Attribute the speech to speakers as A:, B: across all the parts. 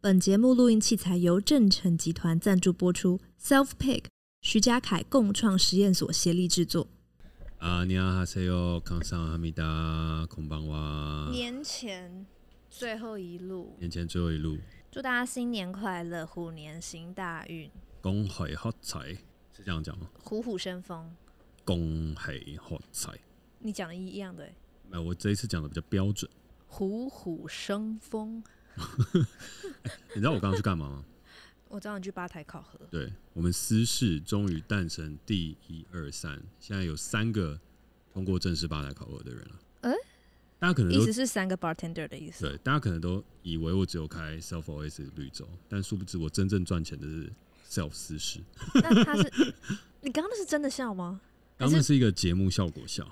A: 本节目录音器材由正成集团赞助播出，Self Pick 徐家凯共创实验所协力制作。
B: 啊，你好，哈塞哟，康桑哈密达，空邦哇，
C: 年前最后一路，
B: 年前最后一路，
C: 祝大家新年快乐，虎年行大运，
B: 恭喜发财，是这样讲吗？
C: 虎虎生风。
B: 恭喜发财。
C: 你讲的一样的欸，
B: 那我这一次讲的比较标准。
C: 虎虎生风。
B: 你知道我刚刚去干 嘛吗？
C: 我找你去吧台考核，
B: 对我们私事终于诞生第一二三，现在有三个通过正式八台考核的人了。
C: 诶
B: 大家可能
C: 意
B: 都
C: 思是三个 bartender 的 意思。
B: 对，大家可能都以为我只有开 self OS 绿洲，但殊不知我真正赚钱的是 self 私事。
C: 那他是，你刚刚那是真的笑吗？
B: 刚刚那是一个节目效果笑，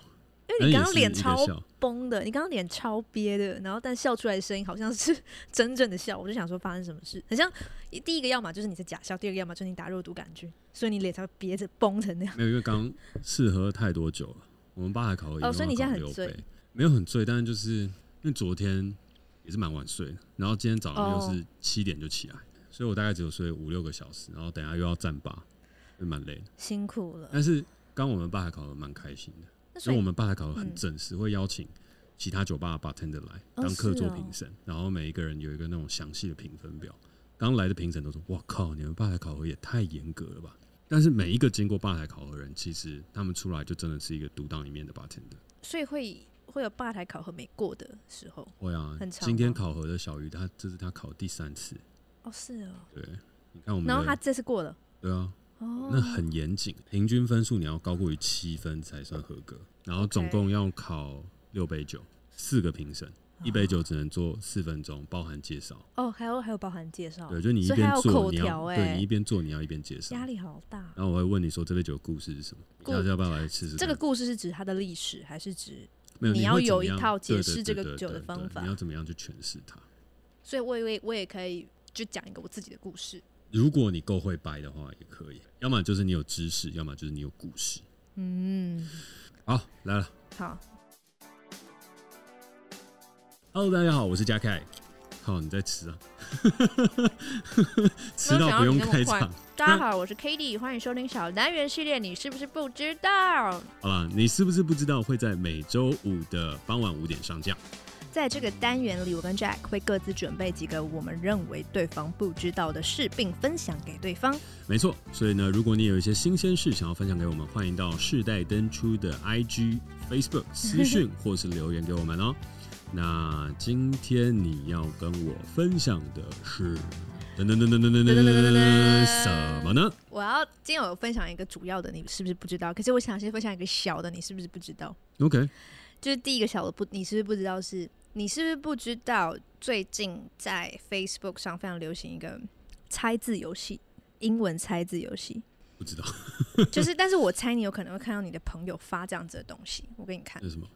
C: 因
B: 但
C: 为
B: 也
C: 你刚刚
B: 是
C: 脸
B: 一个
C: 超
B: 笑
C: 崩的，你刚刚脸超憋的，然后但笑出来的声音好像是 真正的笑，我就想说发生什么事，很像第一个要么就是你在假笑，第二个要么就是你打肉毒杆菌，所以你脸才会憋着崩成那样。
B: 没有，因为刚试喝太多酒了。我们八台考核一共
C: 哦所以你
B: 要考
C: 现在很
B: 六
C: 醉
B: 杯，没有很醉，但是就是因为昨天也是蛮晚睡的，然后今天早上又
C: 哦
B: 是七点就起来，所以我大概只有睡五六个小时，然后等一下又要站八，就蛮累的。
C: 辛苦了。
B: 但是刚我们八台考核蛮开心的，
C: 那
B: 因
C: 所
B: 为
C: 以
B: 我们八台考核很
C: 嗯
B: 正式，会邀请其他酒吧的 bartender 来
C: 哦
B: 当客
C: 是
B: 座
C: 哦
B: 评审，然后每一个人有一个那种详细的评分表。刚来的评审都说：“哇靠，你们吧台考核也太严格了吧！”但是每一个经过吧台考核的人，其实他们出来就真的是一个独当一面的 bartender。
C: 所以会会有吧台考核没过的时候。
B: 会啊
C: 很，哦长
B: 今天
C: 吗
B: 考核的小鱼，他这是他考第三次，
C: 哦，是哦。
B: 对，你看我们
C: 然后他
B: 的，
C: 这次过了。
B: 对啊，
C: 哦，
B: 那很严谨，平均分数你要高过于七分才算合格，然后总
C: OK
B: 共要考六杯酒，四个评审，一杯酒只能做四分钟，包含介绍。
C: 哦，还有还有包含介绍，
B: 对，就你一
C: 哦所以还
B: 边
C: 有
B: 做，
C: 口
B: 你
C: 条
B: 要
C: 哎、
B: 对你一边做，你要一边介绍。
C: 压力好大。
B: 然后我会问你说这杯酒的故事是什么，你
C: 故
B: 下次要不要来试试看？
C: 这个故事是指它的历史，还是指？
B: 没有，
C: 你
B: 会
C: 要
B: 怎
C: 有
B: 么
C: 一
B: 样
C: 套
B: 对
C: 解
B: 对
C: 释
B: 对
C: 这个
B: 对
C: 酒
B: 对
C: 的
B: 对
C: 方法
B: 你要怎么样去诠释它？
C: 所以我也我也可以就讲一个我自己的故事。
B: 如果你够会掰的话，也可以。要么就是你有知识，要么就是你有故事。
C: 嗯，
B: 好，来了
C: 好，
B: ，Hello，大家好，我是嘉凯。好，你在吃啊？ 吃
C: 没有想
B: 到
C: 到
B: 不用
C: 你那么
B: 开
C: 快
B: 场。
C: 大家好，我是 k d t 欢迎收听小单元系列。你是不是不知道，
B: 好啦，你是不是不知道会在每周五的傍晚五点上架？
C: 在这个单元里，我跟 Jack 会各自准备几个我们认为对方不知道的事，并分享给对方。
B: 没错，所以呢，如果你有一些新鲜事想要分享给我们，欢迎到世代登出的 IG、Facebook 私讯或是留言给我们哦。 那今天你要跟我分享的是，噔噔噔
C: 噔噔
B: 噔噔噔噔
C: 噔噔
B: 噔，
C: 噔
B: 什么呢？
C: 我要今天我有分享一个主要的，你是不是不知道？可是我想先分享一个小的，你是不是不知道？
B: OK，
C: 就是第一个小的不，你是不是不知道是？你是不是不知道最近在 Facebook 上非常流行一个猜字游戏，英文猜字游戏？
B: 不知道
C: 就是，但是我猜你有可能会看到你的朋友发这样子的东西，我给你看
B: 这，是什么？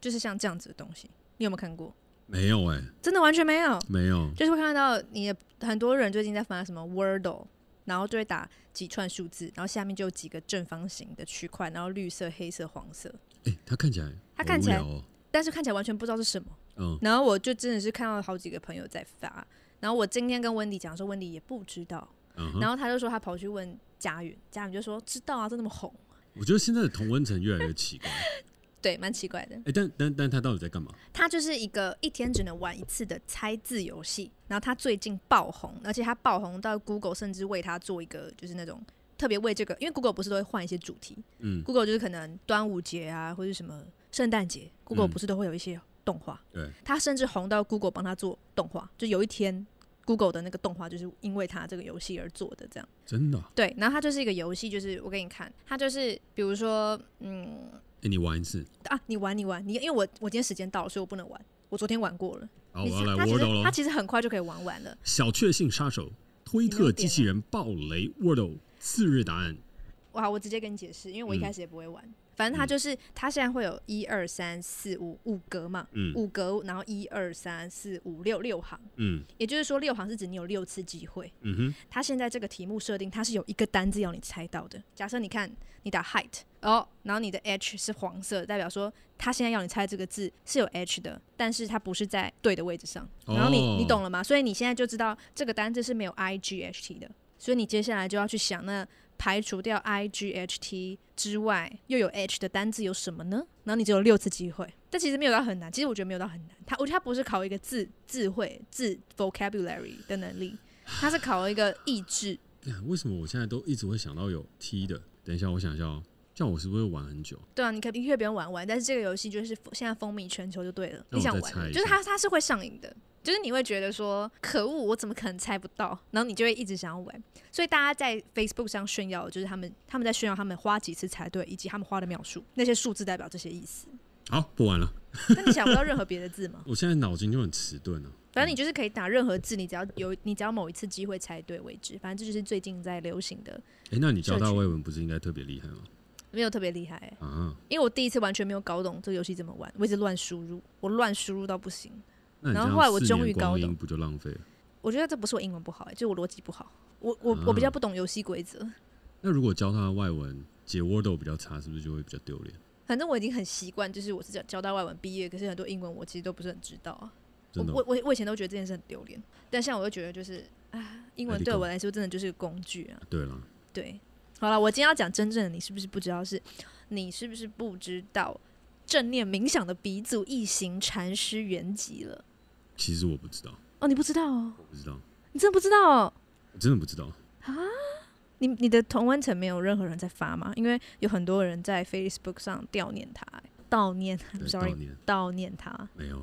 C: 就是像这样子的东西，你有没有看过？
B: 没有哎、
C: 真的完全没有，
B: 没有。
C: 就是会看到你的很多人最近在发什么 Wordle，然后就会打几串数字，然后下面就有几个正方形的区块，然后绿色、黑色、黄色，
B: 哎、它看起来
C: 它看起来
B: 好无聊哦
C: 但是看起来完全不知道是什么。
B: 嗯，
C: 然后我就真的是看到好几个朋友在发，然后我今天跟温迪讲说，温迪也不知道，
B: 嗯哼
C: 然后他就说他跑去问佳云，佳云就说知道啊，这那么红，
B: 我觉得现在的同温层越来越奇 怪。哎、
C: 对，蛮奇怪的。
B: 但但但它到底在干嘛？
C: 它就是一个一天只能玩一次的猜字游戏，然后它最近爆红，而且它爆红到 Google 甚至为它做一个就是那种特别为这个，因为 Google 不是都会换一些主题
B: 嗯，
C: ，Google 就是可能端午节啊，或者什么圣诞节，Google
B: 嗯
C: 不是都会有一些动画，
B: 对，
C: 他甚至红到 Google 帮他做动画，就有一天 Google 的那个动画就是因为他这个游戏而做的，这样
B: 真的啊、
C: 对。然后它就是一个游戏，就是我给你看，它就是比如说，嗯
B: 哎、你玩一次。
C: 啊，你玩你玩你，因为我我今天时间到了，所以我不能玩，我昨天玩过了。
B: 好，我
C: 你
B: 要来
C: 它其
B: Wordle
C: 实
B: 喽
C: 它。其实很快就可以玩完了，
B: 小确幸杀手、推特机
C: 啊
B: 器人暴雷 Wordle 次日答案。
C: 哇！我直接跟你解释，因为我一
B: 嗯
C: 开始也不会玩，反正它
B: 嗯
C: 就是它现在会有一二三四五五格嘛，
B: 嗯
C: 五格，然后一二三四五六六行，
B: 嗯
C: 也就是说六行是指你有六次机会。
B: 嗯哼，
C: 它现在这个题目设定，它是有一个单字要你猜到的。假设你看你打 height，哦，然后你的 h 是黄色，代表说它现在要你猜这个字是有 h 的，但是它不是在对的位置上。然后你、你懂
B: 了，
C: 了吗？所以你现在就知道这个单字是没有 i g h t 的，所以你接下来就要去想那。排除掉 i g h t 之外，又有 h 的单字有什么呢？然后你只有六次机会，但其实没有到很难。其实我觉得没有到很难，它我觉得它不是考一个智智慧、智 vocabulary 的能力，它是考一个意志。
B: 干哎为什么我现在都一直会想到有 T 的？等一下，我想一下哦，这样我是不是会玩很久？
C: 对啊，你可以可以不用玩玩，但是这个游戏就是现在风靡全球就对了。
B: 那
C: 你
B: 我
C: 想
B: 再猜
C: 玩，
B: 一
C: 就是
B: 下
C: 它它是会上瘾的，就是你会觉得说可恶，我怎么可能猜不到？然后你就会一直想要玩。所以大家在 Facebook 上炫耀，就是他们他们在炫耀他们花几次猜对，以及他们花的秒 数，那些数字代表这些意思。
B: 好，不玩了，？
C: 那你想不到任何别的字吗
B: 我现在脑筋就很迟钝啊了。
C: 反正你就是可以打任何字，你只要有你只要某一次机会猜对为止。反正这就是最近在流行的，
B: 哎、那你教
C: 社
B: 大
C: 区
B: 外文不是应该特别厉害吗？
C: 没有特别厉害、欸。
B: 啊，
C: 因为我第一次完全没有搞懂这个游戏怎么玩，我一直乱输入，我乱输入到不行。
B: 那你
C: 然后
B: 这样
C: 后来我
B: 四
C: 终
B: 年
C: 于
B: 光
C: 搞
B: 阴
C: 懂
B: 不就浪费了？
C: 我觉得这不是我英文不好、欸，就是我逻辑不好。我我我比较
B: 啊
C: 不懂游戏规则，
B: 那如果教他外文解 Word 比较差，是不是就会比较丢脸？
C: 反正我已经很习惯，就是我是教交大外文毕业，可是很多英文我其实都不是很知道啊。我
B: 真的哦、
C: 我我我以前都觉得这件事很丢脸，但现在我就觉得就是啊，英文
B: Let it
C: 对
B: go
C: 我来说真的就是个工具啊。
B: 对了，
C: 对，好了，我今天要讲真正的你是不是不知道是，你是不是不知道正念冥想的鼻祖一行禅师原籍了？
B: 其实我不知道，
C: 哦，你不知道哦，
B: 我不知道，
C: 你真的不知道哦。
B: 我真的不知道。
C: 你你的同温层没有任何人在发吗？因为有很多人在 Facebook 上悼念他、欸悼念，I'm
B: 对，
C: sorry，
B: 呃悼念
C: 悼念他啊。
B: 没有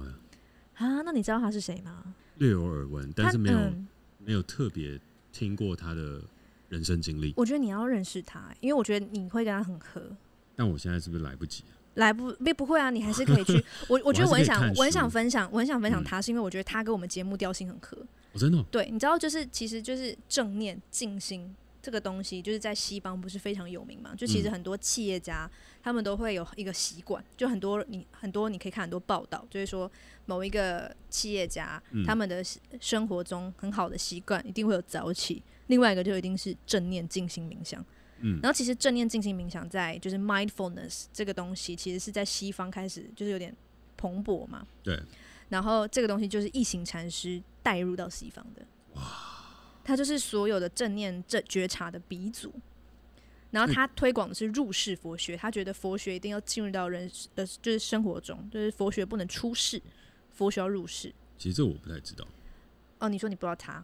B: 啊，
C: 那你知道他是谁吗？
B: 略有耳闻，但
C: 他
B: 是没有、
C: 嗯，
B: 没有特别听过他的人生经历。
C: 我觉得你要认识他、欸因为我觉得你会跟他很合。
B: 但我现在是不是来不及？
C: 来不不不会啊，你还是可 以去。我我觉得我
B: 我
C: 很
B: 还是可以
C: 想
B: 看
C: 我很
B: 书
C: 想分享，我很想分享
B: 嗯
C: 他，是因为我觉得他跟我们节目调性很合。
B: 我、真的哦、
C: 对，你知道，就是其实就是正念静心这个东西，就是在西方不是非常有名嘛？就其实
B: 嗯
C: 很多企业家、他们都会有一个习惯，就很多你很多你可以看很多报道，就是说某一个企业家、
B: 嗯
C: 他们的生活中很好的习惯一定会有早起，另外一个就一定是正念静心冥想。
B: 嗯
C: 然后其实正念进行冥想在就是 mindfulness 这个东西，其实是在西方开始就是有点蓬勃嘛。
B: 对。
C: 然后这个东西就是一行禅师带入到西方的。哇。他就是所有的正念这觉察的鼻祖。然后他推广的是入世佛学，他觉得佛学一定要进入到人的就是生活中，就是佛学不能出世，佛学要入世。
B: 其实这我不太知道。
C: 哦，你说你不知道他？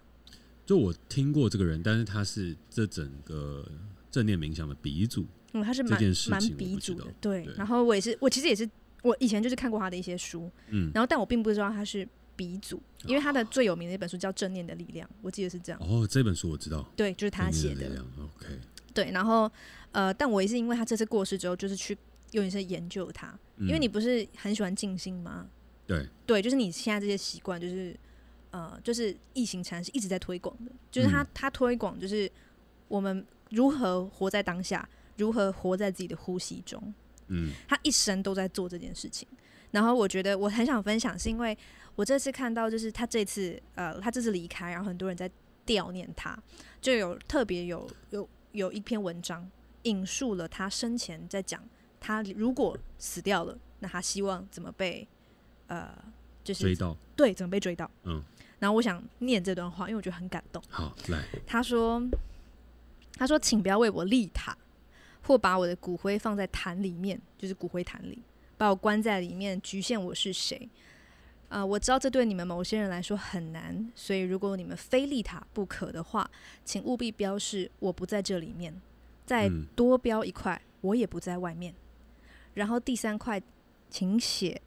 B: 就我听过这个人，但是他是这整个正念冥想的鼻祖。
C: 嗯，他是
B: 这
C: 蛮
B: 件事
C: 蛮
B: 情我
C: 鼻
B: 不知
C: 祖的
B: 道，
C: 对。
B: 对
C: 然后我也是，我其实也是，我以前就是看过他的一些书，
B: 嗯，
C: 然后但我并不知道他是鼻祖，因为他的最有名的一本书叫《正念的力量》，我记得是这样。
B: 哦，这本书我知道，
C: 对，就是他写
B: 正
C: 的。
B: 念力量 OK，
C: 对，然后呃，但我也是因为他这次过世之后，就是去有点是研究他，
B: 嗯
C: 因为你不是很喜欢静心吗？
B: 对
C: 对，就是你现在这些习惯，就是呃，就是异行禅是一直在推广的，就是他、
B: 嗯
C: 他推广就是我们如何活在当下，如何活在自己的呼吸中。
B: 嗯
C: 他一生都在做这件事情。然后我觉得我很想分享，是因为我这次看到，就是他这次呃，他这次离开，然后很多人在悼念他，就有特别有有有一篇文章引述了他生前在讲，他如果死掉了，那他希望怎么被呃，就是
B: 追到
C: 对怎么被追到。
B: 嗯，
C: 然后我想念这段话，因为我觉得很感动。
B: 好来，
C: 他说：“他说，请不要为我立塔，或把我的骨灰放在坛里面，就是骨灰坛里，把我关在里面，局限我是谁。啊、我知道这对你们某些人来说很难，所以如果你们非立塔不可的话，请务必标示我不在这里面，再
B: 嗯
C: 多标一块，我也不在外面。然后第三块，请写。”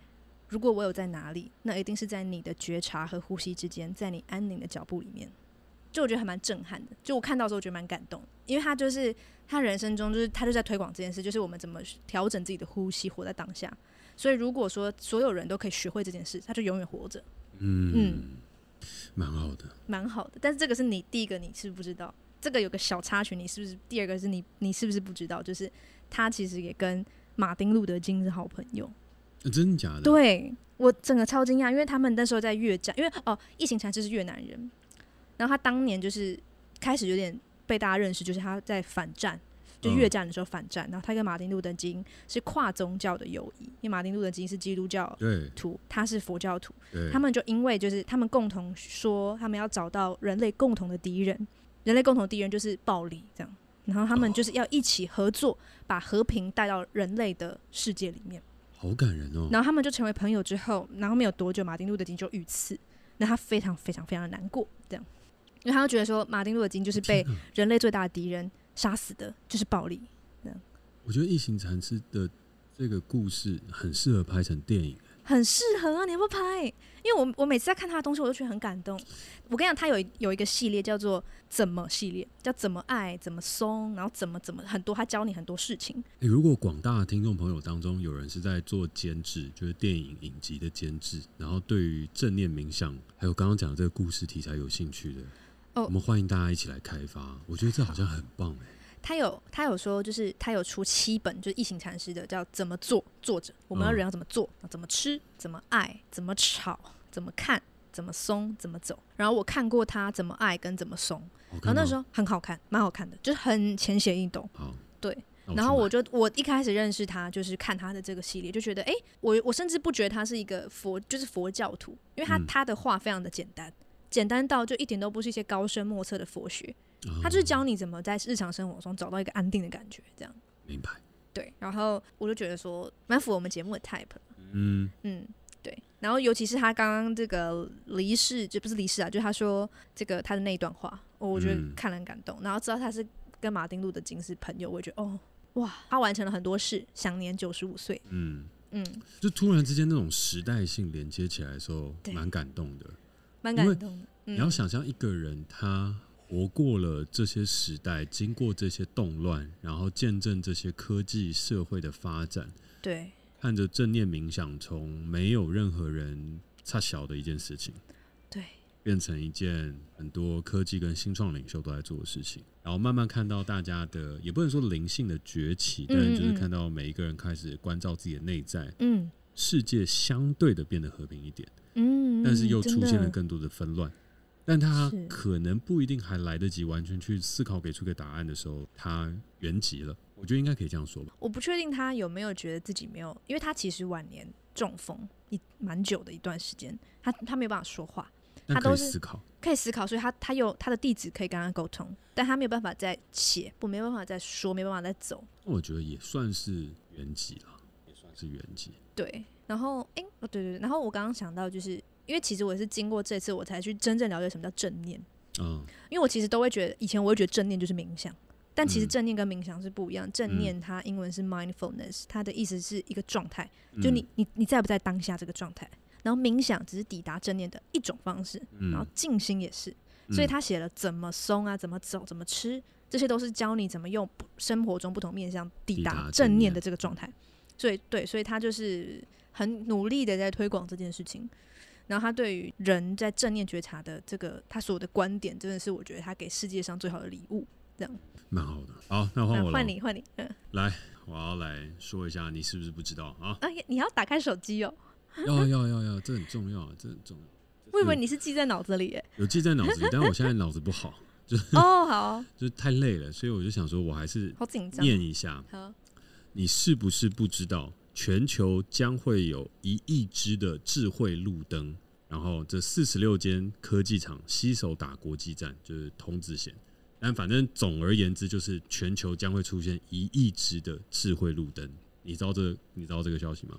C: 如果我有在哪里，那一定是在你的觉察和呼吸之间，在你安宁的脚步里面。就我觉得还蛮震撼的，就我看到的时候我觉得蛮感动，因为他就是他人生中就是他就在推广这件事，就是我们怎么调整自己的呼吸，活在当下。所以如果说所有人都可以学会这件事，他就永远活着，
B: 嗯
C: 嗯
B: 蛮好的，
C: 蛮好的。但是这个是你第一个，你是不是不知道？这个有个小插曲，你是不是？第二个是你，你是不是不知道？就是他其实也跟马丁路德金是好朋友。
B: 呃真的假的？，
C: 对我整个超惊讶，因为他们那时候在越战，因为哦，疫情禅师是越南人，然后他当年就是开始有点被大家认识，就是他在反战，就
B: 嗯
C: 越战的时候反战，然后他跟马丁路德金是跨宗教的友谊，因为马丁路德金是基督教
B: 对
C: 徒，他是佛教徒，
B: 对，
C: 他们就因为就是他们共同说，他们要找到人类共同的敌人，人类共同敌人就是暴力这样，然后他们就是要一起合作，把和平带到人类的世界里面。
B: 好感人哦。
C: 然后他们就成为朋友之后，然后没有多久，马丁路德金就遇刺，那他非常非常非常的难过，这样，因为他就觉得说，马丁路德金就是 被
B: 天哪
C: 人类最大的敌人杀死的，就是暴力。
B: 我觉得《异形禅师》的这个故事很适合拍成电影。
C: 很适合啊！你要不要拍？因为我我每次在看他的东西，我都觉得很感动。我跟你讲，他有一有一个系列叫做“怎么”系列，叫怎么爱、怎么松，然后怎么怎么很多，他教你很多事情。
B: 诶如果广大的听众朋友当中有人是在做监制，就是电影影集的监制，然后对于正念冥想还有刚刚讲的这个故事题材有兴趣的，
C: 哦
B: 我们欢迎大家一起来开发。我觉得这好像很棒哎、
C: 他有他有说，就是他有出七本，就是一行禅师的，叫怎么做作者，我们要
B: 嗯
C: 人要怎么做，怎么吃，怎么爱，怎么吵，怎么看，怎么松，怎么走。然后我看过他怎么爱跟怎么松，
B: 好
C: 然
B: 看
C: 后
B: 吗
C: 哦那时候很好看，蛮好看的，就是很浅显易懂。
B: 好
C: 对，
B: 那
C: 然后
B: 去
C: 我就我一开始认识他，就是看他的这个系列，就觉得诶，我我甚至不觉得他是一个佛，就是佛教徒，因为他、
B: 嗯
C: 他的话非常的简单，简单到就一点都不是一些高深莫测的佛学，
B: 买
C: 他就是
B: 哦
C: 教你怎么在日常生活中找到一个安定的感觉，这样
B: 明白，
C: 对。然后我就觉得说蛮符合我们节目的 type，
B: 嗯，
C: 嗯，对。然后尤其是他刚刚这个离世，就不是离世啊，就他说这个他的那一段话，哦、我觉得
B: 嗯
C: 看了很感动。然后知道他是跟马丁路德金是朋友，我也觉得哦，哇，他完成了很多事，享年九十五岁。
B: 嗯，
C: 嗯，
B: 就突然之间那种时代性连接起来的时候，
C: 对
B: 蛮感动的。
C: 蛮
B: 因为
C: 感动的。
B: 你要
C: 嗯，
B: 想象一个人他活过了这些时代，经过这些动乱，然后见证这些科技社会的发展，
C: 对
B: 看着正念冥想从没有任何人差小的一件事情，
C: 对，
B: 变成一件很多科技跟新创领袖都在做的事情，然后慢慢看到大家的，也不能说灵性的崛起，但
C: 嗯嗯
B: 就是
C: 嗯
B: 看到每一个人开始关照自己的内在，
C: 嗯
B: 世界相对的变得和平一点。
C: 嗯，
B: 但是又
C: 真
B: 出现了
C: 的
B: 更多的纷乱。但他
C: 是
B: 可能不一定还来得及完全去思考给出个答案的时候，他原籍了。我觉得应该可以这样说吧。
C: 我不确定他有没有觉得自己没有，因为他其实晚年中风一蛮久的一段时间，他他没有办法说话，
B: 但
C: 他
B: 可
C: 都
B: 以
C: 是
B: 思考，
C: 可以思考，所以他他有他的弟子可以跟他沟通，但他没有办法再写，不没办法再说，没办法再走。
B: 那我觉得也算是原籍了，也算是原籍。
C: 对，然后诶，哦对对对，然后我刚刚想到，就是因为其实我也是经过这次，我才去真正了解什么叫正念，
B: 嗯，
C: 因为我其实都会觉得，以前我会觉得正念就是冥想，但其实
B: 嗯
C: 正念跟冥想是不一样，正念它英文是 mindfulness，它的意思是一个状态，就你你你在不在当下这个状态，然后冥想只是抵达正念的一种方式，
B: 嗯，嗯
C: 然后静心也是。
B: 嗯
C: 所以他写了怎么松啊，怎么走，怎么吃，这些都是教你怎么用不生活中不同面向抵
B: 抵达
C: 达
B: 正
C: 正念
B: 念
C: 的这个状态。所以对，所以他就是很努力的在推广这件事情。然后他对于人在正念觉察的这个他所有的观点，真的是我觉得他给世界上最好的礼物。
B: 嗯蛮好的。好，那换
C: 那
B: 我了
C: 换，你，换你，嗯？
B: 我要来说一下，你是不是不知道啊
C: 啊，你要打开手机哦，
B: 要要要要，这很重要，这很重要。
C: 我以为你是记在脑子里 耶。
B: 有记在脑子里，但我现在脑子不好，
C: 哦，好
B: 就是太累了，所以我就想说，我还是
C: 好紧张。
B: 念一下。
C: 好，
B: 你是不是不知道，全球将会有一亿只的智慧路灯？然后这四十六间科技厂携手打国际战，就是童子贤。但反正总而言之，就是全球将会出现一亿只的智慧路灯。你知道这你知道这个消息吗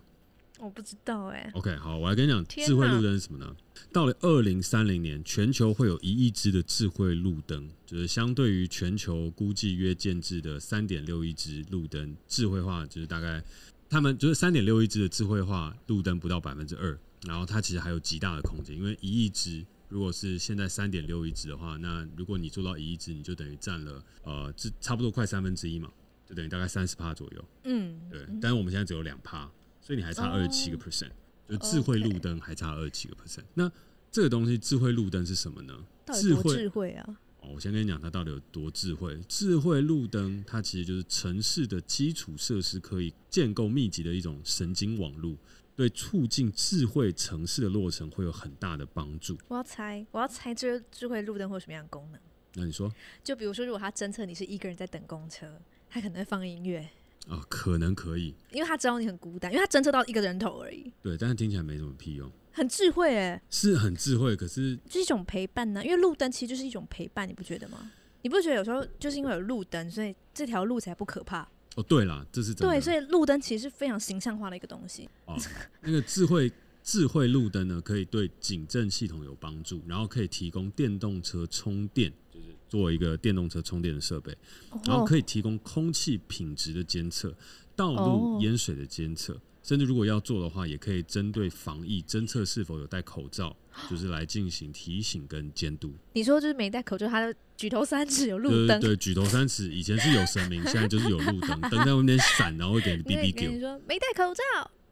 C: 我不知道哎。
B: ？OK，好，我来跟你讲，
C: 天哪
B: 智慧路灯是什么呢？到了二零三零年，全球会有一亿只的智慧路灯，就是相对于全球估计约建制的三点六亿只路灯，智慧化就是大概他们就是三点六亿只的智慧化路灯不到百分之二，然后它其实还有极大的空间，因为一亿只如果是现在三点六亿只的话，那如果你做到一亿只，你就等于占了呃，这差不多快三分之一嘛，就等于大概三十趴左右。
C: 嗯，哦
B: 对，但是我们现在只有两趴，所以你还差二十七个 percent，就智慧路灯还差二十七个 percent。那这个东西，智慧路灯是什么呢？
C: 到底
B: 智
C: 多
B: 慧
C: 智慧啊？
B: 哦，我先跟你讲它到底有多智慧。智慧路灯它其实就是城市的基础设施可以建构密集的一种神经网络，对促进智慧城市的落成会有很大的帮助。
C: 我要猜，我要猜这智慧路灯会有什么样的功能？
B: 那你说
C: 就比如说，如果它侦测你是一个人在等公车，它可能会放音乐，
B: 啊，可能可以，
C: 因为它知道你很孤单，因为它侦测到一个人头而已，
B: 对，但是听起来没什么屁用，
C: 很智慧哎、
B: 是很智慧，可是
C: 这是一种陪伴呢、因为路灯其实就是一种陪伴，你不觉得吗？你不觉得有时候就是因为有路灯，所以这条路才不可怕？
B: 哦，对啦，这是真的。
C: 对，所以路灯其实是非常形象化的一个东西。
B: 哦，那个智慧智慧路灯呢，可以对警政系统有帮助，然后可以提供电动车充电，就是作为一个电动车充电的设备，
C: 哦
B: 然后可以提供空气品质的监测、道
C: 哦
B: 路淹水的监测，甚至如果要做的话，也可以针对防疫侦测是否有戴口罩，就是来进行提醒跟监督。
C: 你说就是没戴口罩，他举头三尺有路
B: 对
C: 灯。
B: 对，举头三尺，以前是有神明，现在就是有路灯，灯在外面闪，然后会给你
C: 你会
B: BB
C: 跟你
B: Q。
C: 说没戴口罩，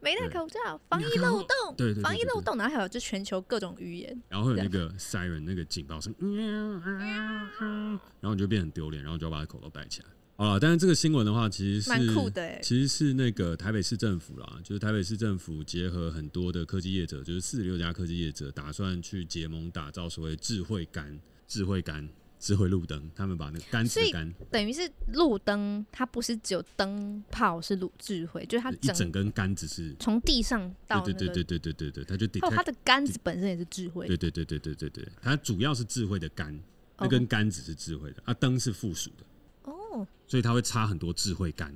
C: 没戴
B: 对
C: 口罩，防疫
B: 你看
C: 漏
B: 到
C: 洞，
B: 对对对
C: 防疫
B: 对
C: 漏
B: 对
C: 洞，然后还有就全球各种语言。
B: 然后会有那个 siren 那个警报声，嗯嗯嗯然后你就变得很丢脸，然后你就要把口罩戴起来。好了，但是这个新闻的话，其实
C: 蛮
B: 是
C: 酷的欸
B: 其实是那个台北市政府啦，就是台北市政府结合很多的科技业者，就是四十六家科技业者，打算去结盟打造所谓智慧杆、智慧杆、智慧路灯，他们把那个杆子
C: 所以
B: 杆
C: 等于是路灯，它不是只有灯泡是路智慧，就是它
B: 一
C: 整
B: 整根杆子是，
C: 从地上到
B: 对
C: 那
B: 对对
C: 个，
B: 对对对对对，它就
C: 还有
B: detect
C: 它的杆子本身也是智慧。
B: 对对对对对对对，它主要是智慧的杆，那
C: 哦
B: 根杆子是智慧的，啊，灯是附属的，
C: 哦，
B: 所以它会插很多智慧杆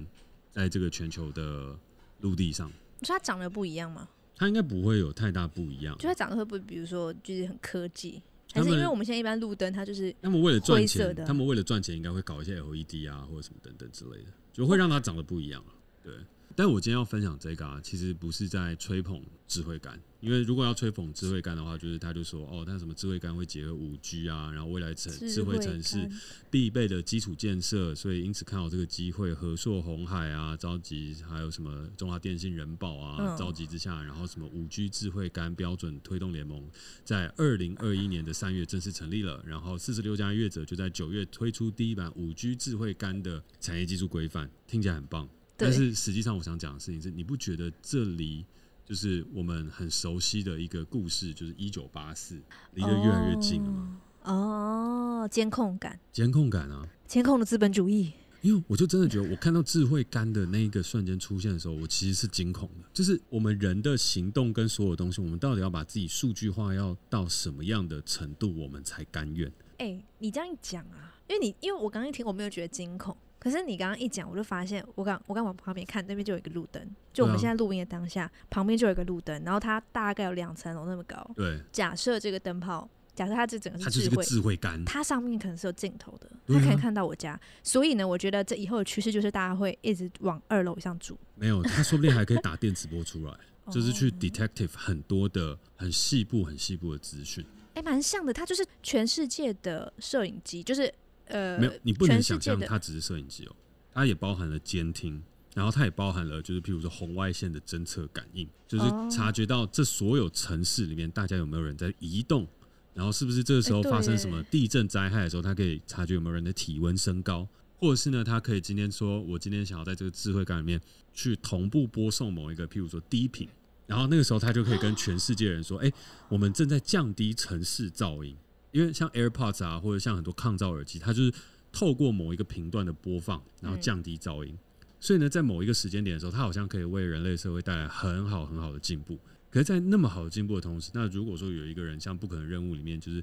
B: 在这个全球的陆地上，
C: 你说它长得不一样吗？
B: 它应该不会有太大不一样
C: 就。它长得会不会，比如说就是很科技，还
B: 他
C: 是
B: 们
C: 因为我们现在一般路灯它就是
B: 他们为了赚
C: 灰色
B: 钱
C: 的，
B: 他们为了赚钱应该会搞一些 LED 啊或者什么等等之类的，就会让它长得不一样啊。对，但我今天要分享这个啊，其实不是在吹捧智慧杆，因为如果要吹捧智慧杆的话，就是他就说哦，它什么智慧杆会结合五 G 啊，然后未来城智慧城市
C: 杆
B: 必备的基础建设，所以因此看好这个机会，和硕、红海啊，召集还有什么中华电信、人保啊，
C: 嗯
B: 召集之下，然后什么五 G 智慧杆标准推动联盟，在二零二一年的三月正式成立了，然后四十六家业者就在九月推出第一版五 G 智慧杆的产业技术规范，听起来很棒，
C: 对
B: 但是实际上我想讲的事情是，你不觉得这离就是我们很熟悉的一个故事，就是一九八四，离得越来越近了吗？
C: 哦，监控感，
B: 监控感啊，
C: 监控的资本主义，
B: 因为我就真的觉得，我看到智慧杆的那一个瞬间出现的时候，我其实是惊恐的。就是我们人的行动跟所有东西，我们到底要把自己数据化，要到什么样的程度，我们才甘愿？
C: 哎、你这样一讲啊，因为你因为我刚刚一听，我没有觉得惊恐，可是你刚刚一讲，我就发现，我刚我刚往旁边看，那边就有一个路灯，就我们
B: 对啊
C: 现在录音的当下，旁边就有一个路灯，然后它大概有两层楼那么高。
B: 对，
C: 假设这个灯泡，假设它这整个
B: 它
C: 是
B: 就是
C: 哦智
B: 一个
C: 慧，
B: 智慧杆。
C: 它上面可能是有镜头的，
B: 对
C: 它
B: 啊
C: 可以看到我家，所以呢，我觉得这以后的趋势就是大家会一直往二楼以上住，
B: 没有，它说不定还可以打电磁波出来，就是去
C: 哦
B: detective 很多的很细部、很细部的资讯。
C: 哎，蛮像的，它就是全世界的摄影机，就是呃，
B: 没有，你不能
C: 全世
B: 想
C: 界
B: 象
C: 的
B: 它只是摄影机哦，它也包含了监听，然后它也包含了就是譬如说红外线的侦测感应，就是
C: 哦
B: 察觉到这所有城市里面大家有没有人在移动，然后是不是这个时
C: 哎
B: 候
C: 对
B: 发生
C: 耶
B: 什么地震灾害的时候，它可以察觉有没有人的体温升高。或者是呢，它可以今天说，我今天想要在这个智慧感里面去同步播送某一个，譬如说低频，然后那个时候它就可以跟全世界人说，
C: 啊
B: 哎、我们正在降低城市噪音，因为像 AirPods 啊，或者像很多抗噪耳机，它就是透过某一个频段的播放，然后降低噪音。所以呢，在某一个时间点的时候，它好像可以为人类社会带来很好很好的进步。可是，在那么好的进步的同时，那如果说有一个人像《不可能任务》里面，就是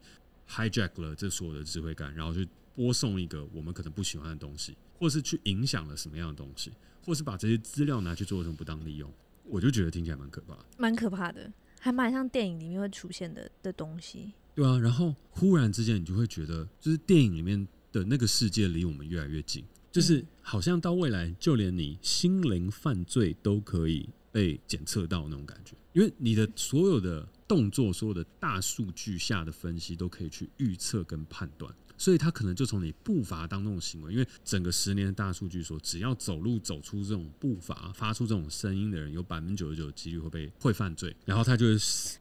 B: hijack 了这所有的智慧感，然后去播送一个我们可能不喜欢的东西，或是去影响了什么样的东西，或是把这些资料拿去做什么不当利用，我就觉得听起来蛮可怕的。
C: 蛮可怕的，还蛮像电影里面会出现的的东西。
B: 对啊，然后忽然之间，你就会觉得，就是电影里面的那个世界离我们越来越近，就是好像到未来，就连你心灵犯罪都可以被检测到那种感觉，因为你的所有的动作、所有的大数据下的分析都可以去预测跟判断，所以他可能就从你步伐当中的行为，因为整个十年的大数据说，只要走路走出这种步伐、发出这种声音的人，有百分之九十九的几率会被会犯罪，然后他就会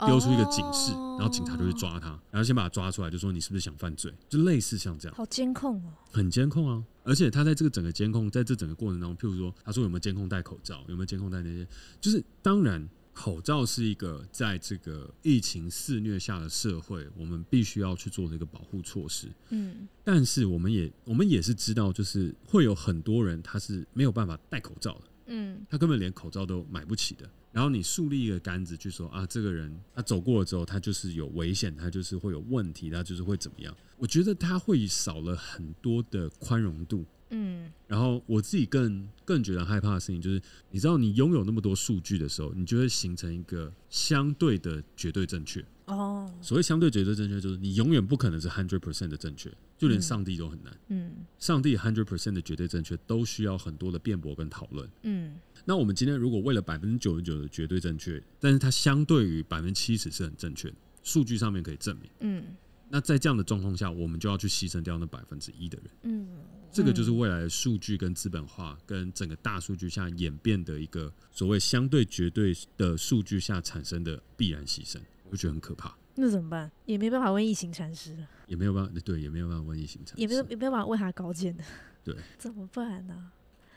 B: 丢出一个警示，
C: 哦
B: 然后警察就会抓他，然后先把他抓出来，就说你是不是想犯罪，就类似像这样。
C: 好监控哦，
B: 很监控啊。而且他在这个整个监控，在这整个过程当中，譬如说，他说有没有监控戴口罩，有没有监控戴那些，就是当然，口罩是一个在这个疫情肆虐下的社会，我们必须要去做的一个保护措施。
C: 嗯，
B: 但是我们也我们也是知道，就是会有很多人他是没有办法戴口罩的，
C: 嗯，
B: 他根本连口罩都买不起的。然后你树立一个杆子，去说啊，这个人他走过了之后，他就是有危险，他就是会有问题，他就是会怎么样？我觉得他会少了很多的宽容度。
C: 嗯，
B: 然后我自己更更觉得害怕的事情就是，你知道你拥有那么多数据的时候，你就会形成一个相对的绝对正确。
C: 哦，
B: 所谓相对绝对正确，就是你永远不可能是 hundred percent 的正确，就连
C: 嗯
B: 上帝都很难。
C: 嗯，
B: 上帝 hundred percent 的绝对正确都需要很多的辩驳跟讨论。
C: 嗯，
B: 那我们今天如果为了百分之九十九的绝对正确，但是它相对于百分之七十是很正确的，数据上面可以证明。
C: 嗯，
B: 那在这样的状况下，我们就要去牺牲掉那百分之一的人。
C: 嗯，
B: 这个就是未来的数据跟资本化跟整个大数据下演变的一个所谓相对绝对的数据下产生的必然牺牲，我觉得很可怕，
C: 那怎么办？也没办法为疫情产生了。
B: 也没有办法对，也没有办法瘟疫形成，
C: 也没有也没有办法为他高见的。
B: 对，
C: 怎么办啊呢、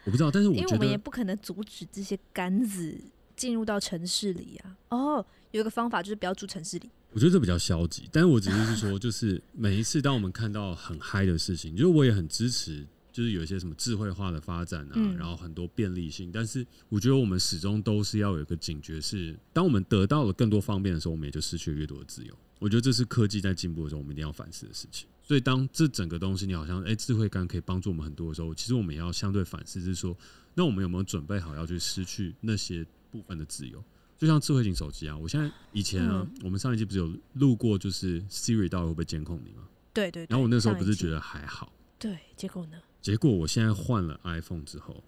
B: 我不知道，但是我
C: 因为
B: 觉
C: 我们也
B: 得
C: 不可能阻止这些杆子进入到城市里啊。哦，有一个方法就是不要住城市里。
B: 我觉得这比较消极，但是我只是说，就是每一次当我们看到很嗨的事情，就是我也很支持，就是有一些什么智慧化的发展啊，
C: 嗯
B: 然后很多便利性，但是我觉得我们始终都是要有一个警觉是，当我们得到了更多方便的时候，我们也就失去了越多的自由。我觉得这是科技在进步的时候，我们一定要反思的事情。所以，当这整个东西你好像哎、诶智慧感可以帮助我们很多的时候，其实我们也要相对反思，是说，那我们有没有准备好要去失去那些部分的自由？就像智慧型手机啊，我现在以前啊，我
C: 嗯
B: 们上一期不是有录过，就是 Siri 到底会不会监控你吗？
C: 对对对。
B: 然后我那时候
C: 上一
B: 不是
C: 季
B: 觉得还好，
C: 对，结果呢？
B: 结果我现在换了 iPhone 之后，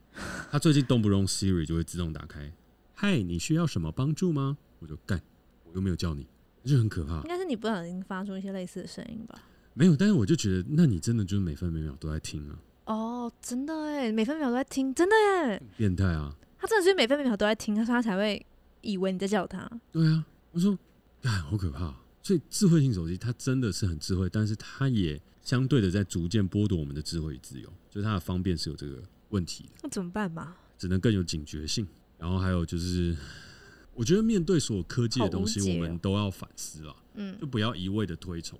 B: 它最近动不动 Siri 就会自动打开，嗨，你需要什么帮助吗？我就干，我又没有叫你，就很可怕
C: 应。该是你不小心发出一些类似的声音吧？
B: 没有，但是我就觉得，那你真的就是每分每秒都在听啊，
C: 哦，真的哎，每分每秒都在听，真的哎，
B: 变态啊！
C: 他真的是每分每秒都在听，所以他才会以为你在叫他。
B: 对啊，我说，哎，好可怕啊、所以智慧型手机它真的是很智慧，但是它也相对的在逐渐剥夺我们的智慧与自由，就是它的方便是有这个问题的。
C: 那怎么办嘛？
B: 只能更有警觉性。然后还有就是，我觉得面对所有科技的东
C: 好无
B: 西，
C: 解哦
B: 我们都要反思啦，
C: 嗯
B: 就不要一味的推崇，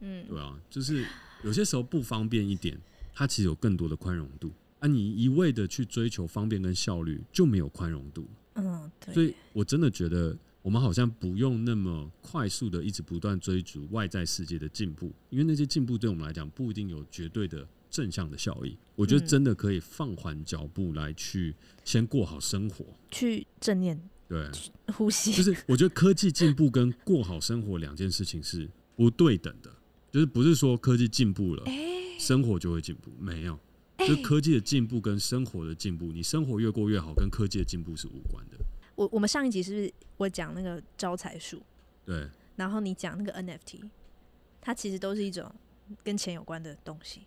C: 嗯
B: 对啊，就是有些时候不方便一点，它其实有更多的宽容度。啊，你一味的去追求方便跟效率，就没有宽容度。
C: 嗯，对。
B: 所以我真的觉得，我们好像不用那么快速的一直不断追逐外在世界的进步，因为那些进步对我们来讲不一定有绝对的正向的效益。我觉得
C: 嗯
B: 真的可以放缓脚步来去先过好生活。
C: 去正念
B: 对，
C: 呼吸，
B: 就是我觉得科技进步跟过好生活两件事情是不对等的，就是不是说科技进步了，
C: 哎
B: 生活就会进步，没有。就是科技的进步跟生活的进步，你生活越过越好，跟科技的进步是无关的。
C: 我我们上一集是不是我讲那个招财树，
B: 对，
C: 然后你讲那个 NFT，它其实都是一种跟钱有关的东西。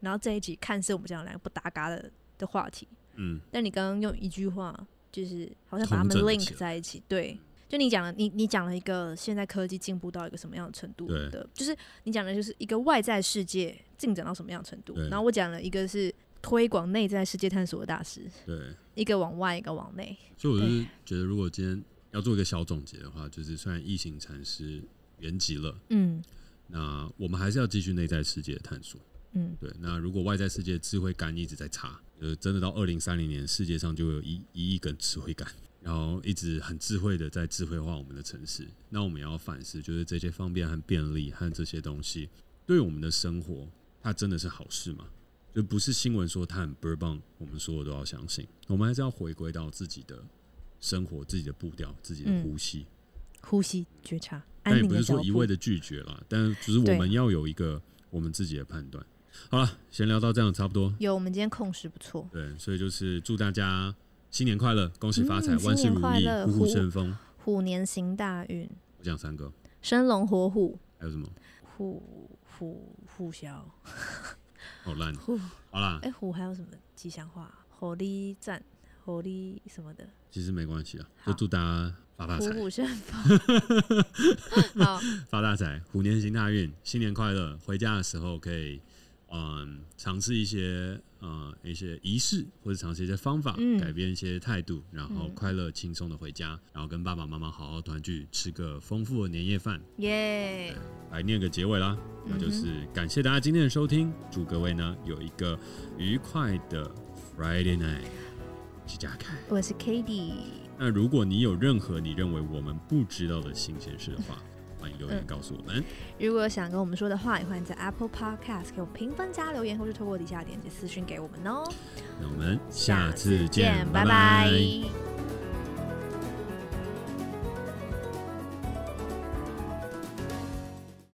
C: 然后这一集看似我们讲两个不搭嘎的的话题，
B: 嗯，
C: 但你刚刚用一句话，就是好像把它们
B: 同整了起
C: link
B: 来
C: 在一起。对，就你讲了，你你讲了一个现在科技进步到一个什么样的程度
B: 对
C: 的，就是你讲的就是一个外在世界进展到什么样的程度
B: 对。
C: 然后我讲了一个是推广内在世界探索的大师，
B: 对。
C: 一个往外，一个往内。
B: 所以我就是
C: 对
B: 觉得，如果今天要做一个小总结的话，就是虽然疫情禅师原籍了，
C: 嗯
B: 那我们还是要继续内在世界的探索。
C: 嗯
B: 对，那如果外在世界智慧感一直在差，呃，真的到二零三零年，世界上就会有一一亿根智慧感，然后一直很智慧的在智慧化我们的城市。那我们也要反思，就是这些方便和便利和这些东西，对我们的生活，它真的是好事吗？就不是新闻说它很 b u r b a n 我们所有都要相信，我们还是要回归到自己的生活、自己的步调、自己的
C: 嗯
B: 呼吸。
C: 呼吸觉察，安
B: 但也
C: 宁
B: 不
C: 的
B: 是
C: 脚
B: 说一
C: 步。
B: 味的拒绝啦，但只是我
C: 对
B: 们要有一个我们自己的判断。好了，闲聊到这样差不多。
C: 有，我们今天控时不错。
B: 对，所以就是祝大家新年快乐，恭喜发财，
C: 嗯
B: 万事
C: 新年
B: 如
C: 快
B: 意，
C: 乐
B: 虎虎
C: 虎
B: 生风。
C: 虎年行大运，
B: 我讲三个，
C: 生龙活虎，
B: 还有什么？
C: 虎虎虎啸，
B: 好烂。
C: 虎
B: 好啦，
C: 哎虎还有什么吉祥话啊？火力战，火力什么的，
B: 其实没关系啊，
C: 好
B: 就祝大家发大
C: 虎
B: 财，
C: 虎生风。好，
B: 发大财，虎年行大运，新年快乐！回家的时候可以，嗯，尝试一些呃一些仪式，或者尝试一些方法，
C: 嗯
B: 改变一些态度，然后
C: 嗯
B: 快乐轻松的回家，然后跟爸爸妈妈好好团聚，吃个丰富的年夜饭，
C: 耶、
B: 来念个结尾啦。那就是感谢大家今天的收听，祝各位呢有一个愉快的 Friday night。我是嘉凯。
C: 我是 k a t i e
B: 那如果你有任何你认为我们不知道的新鲜事的 话，欢迎留言告诉我们。
C: 如果有想跟我们说的话，也欢迎在 Apple Podcast 给我们评分加留言，或是透过底下链接私讯给我们哦。
B: 那我们下次见，
C: 拜
B: 拜拜
C: 拜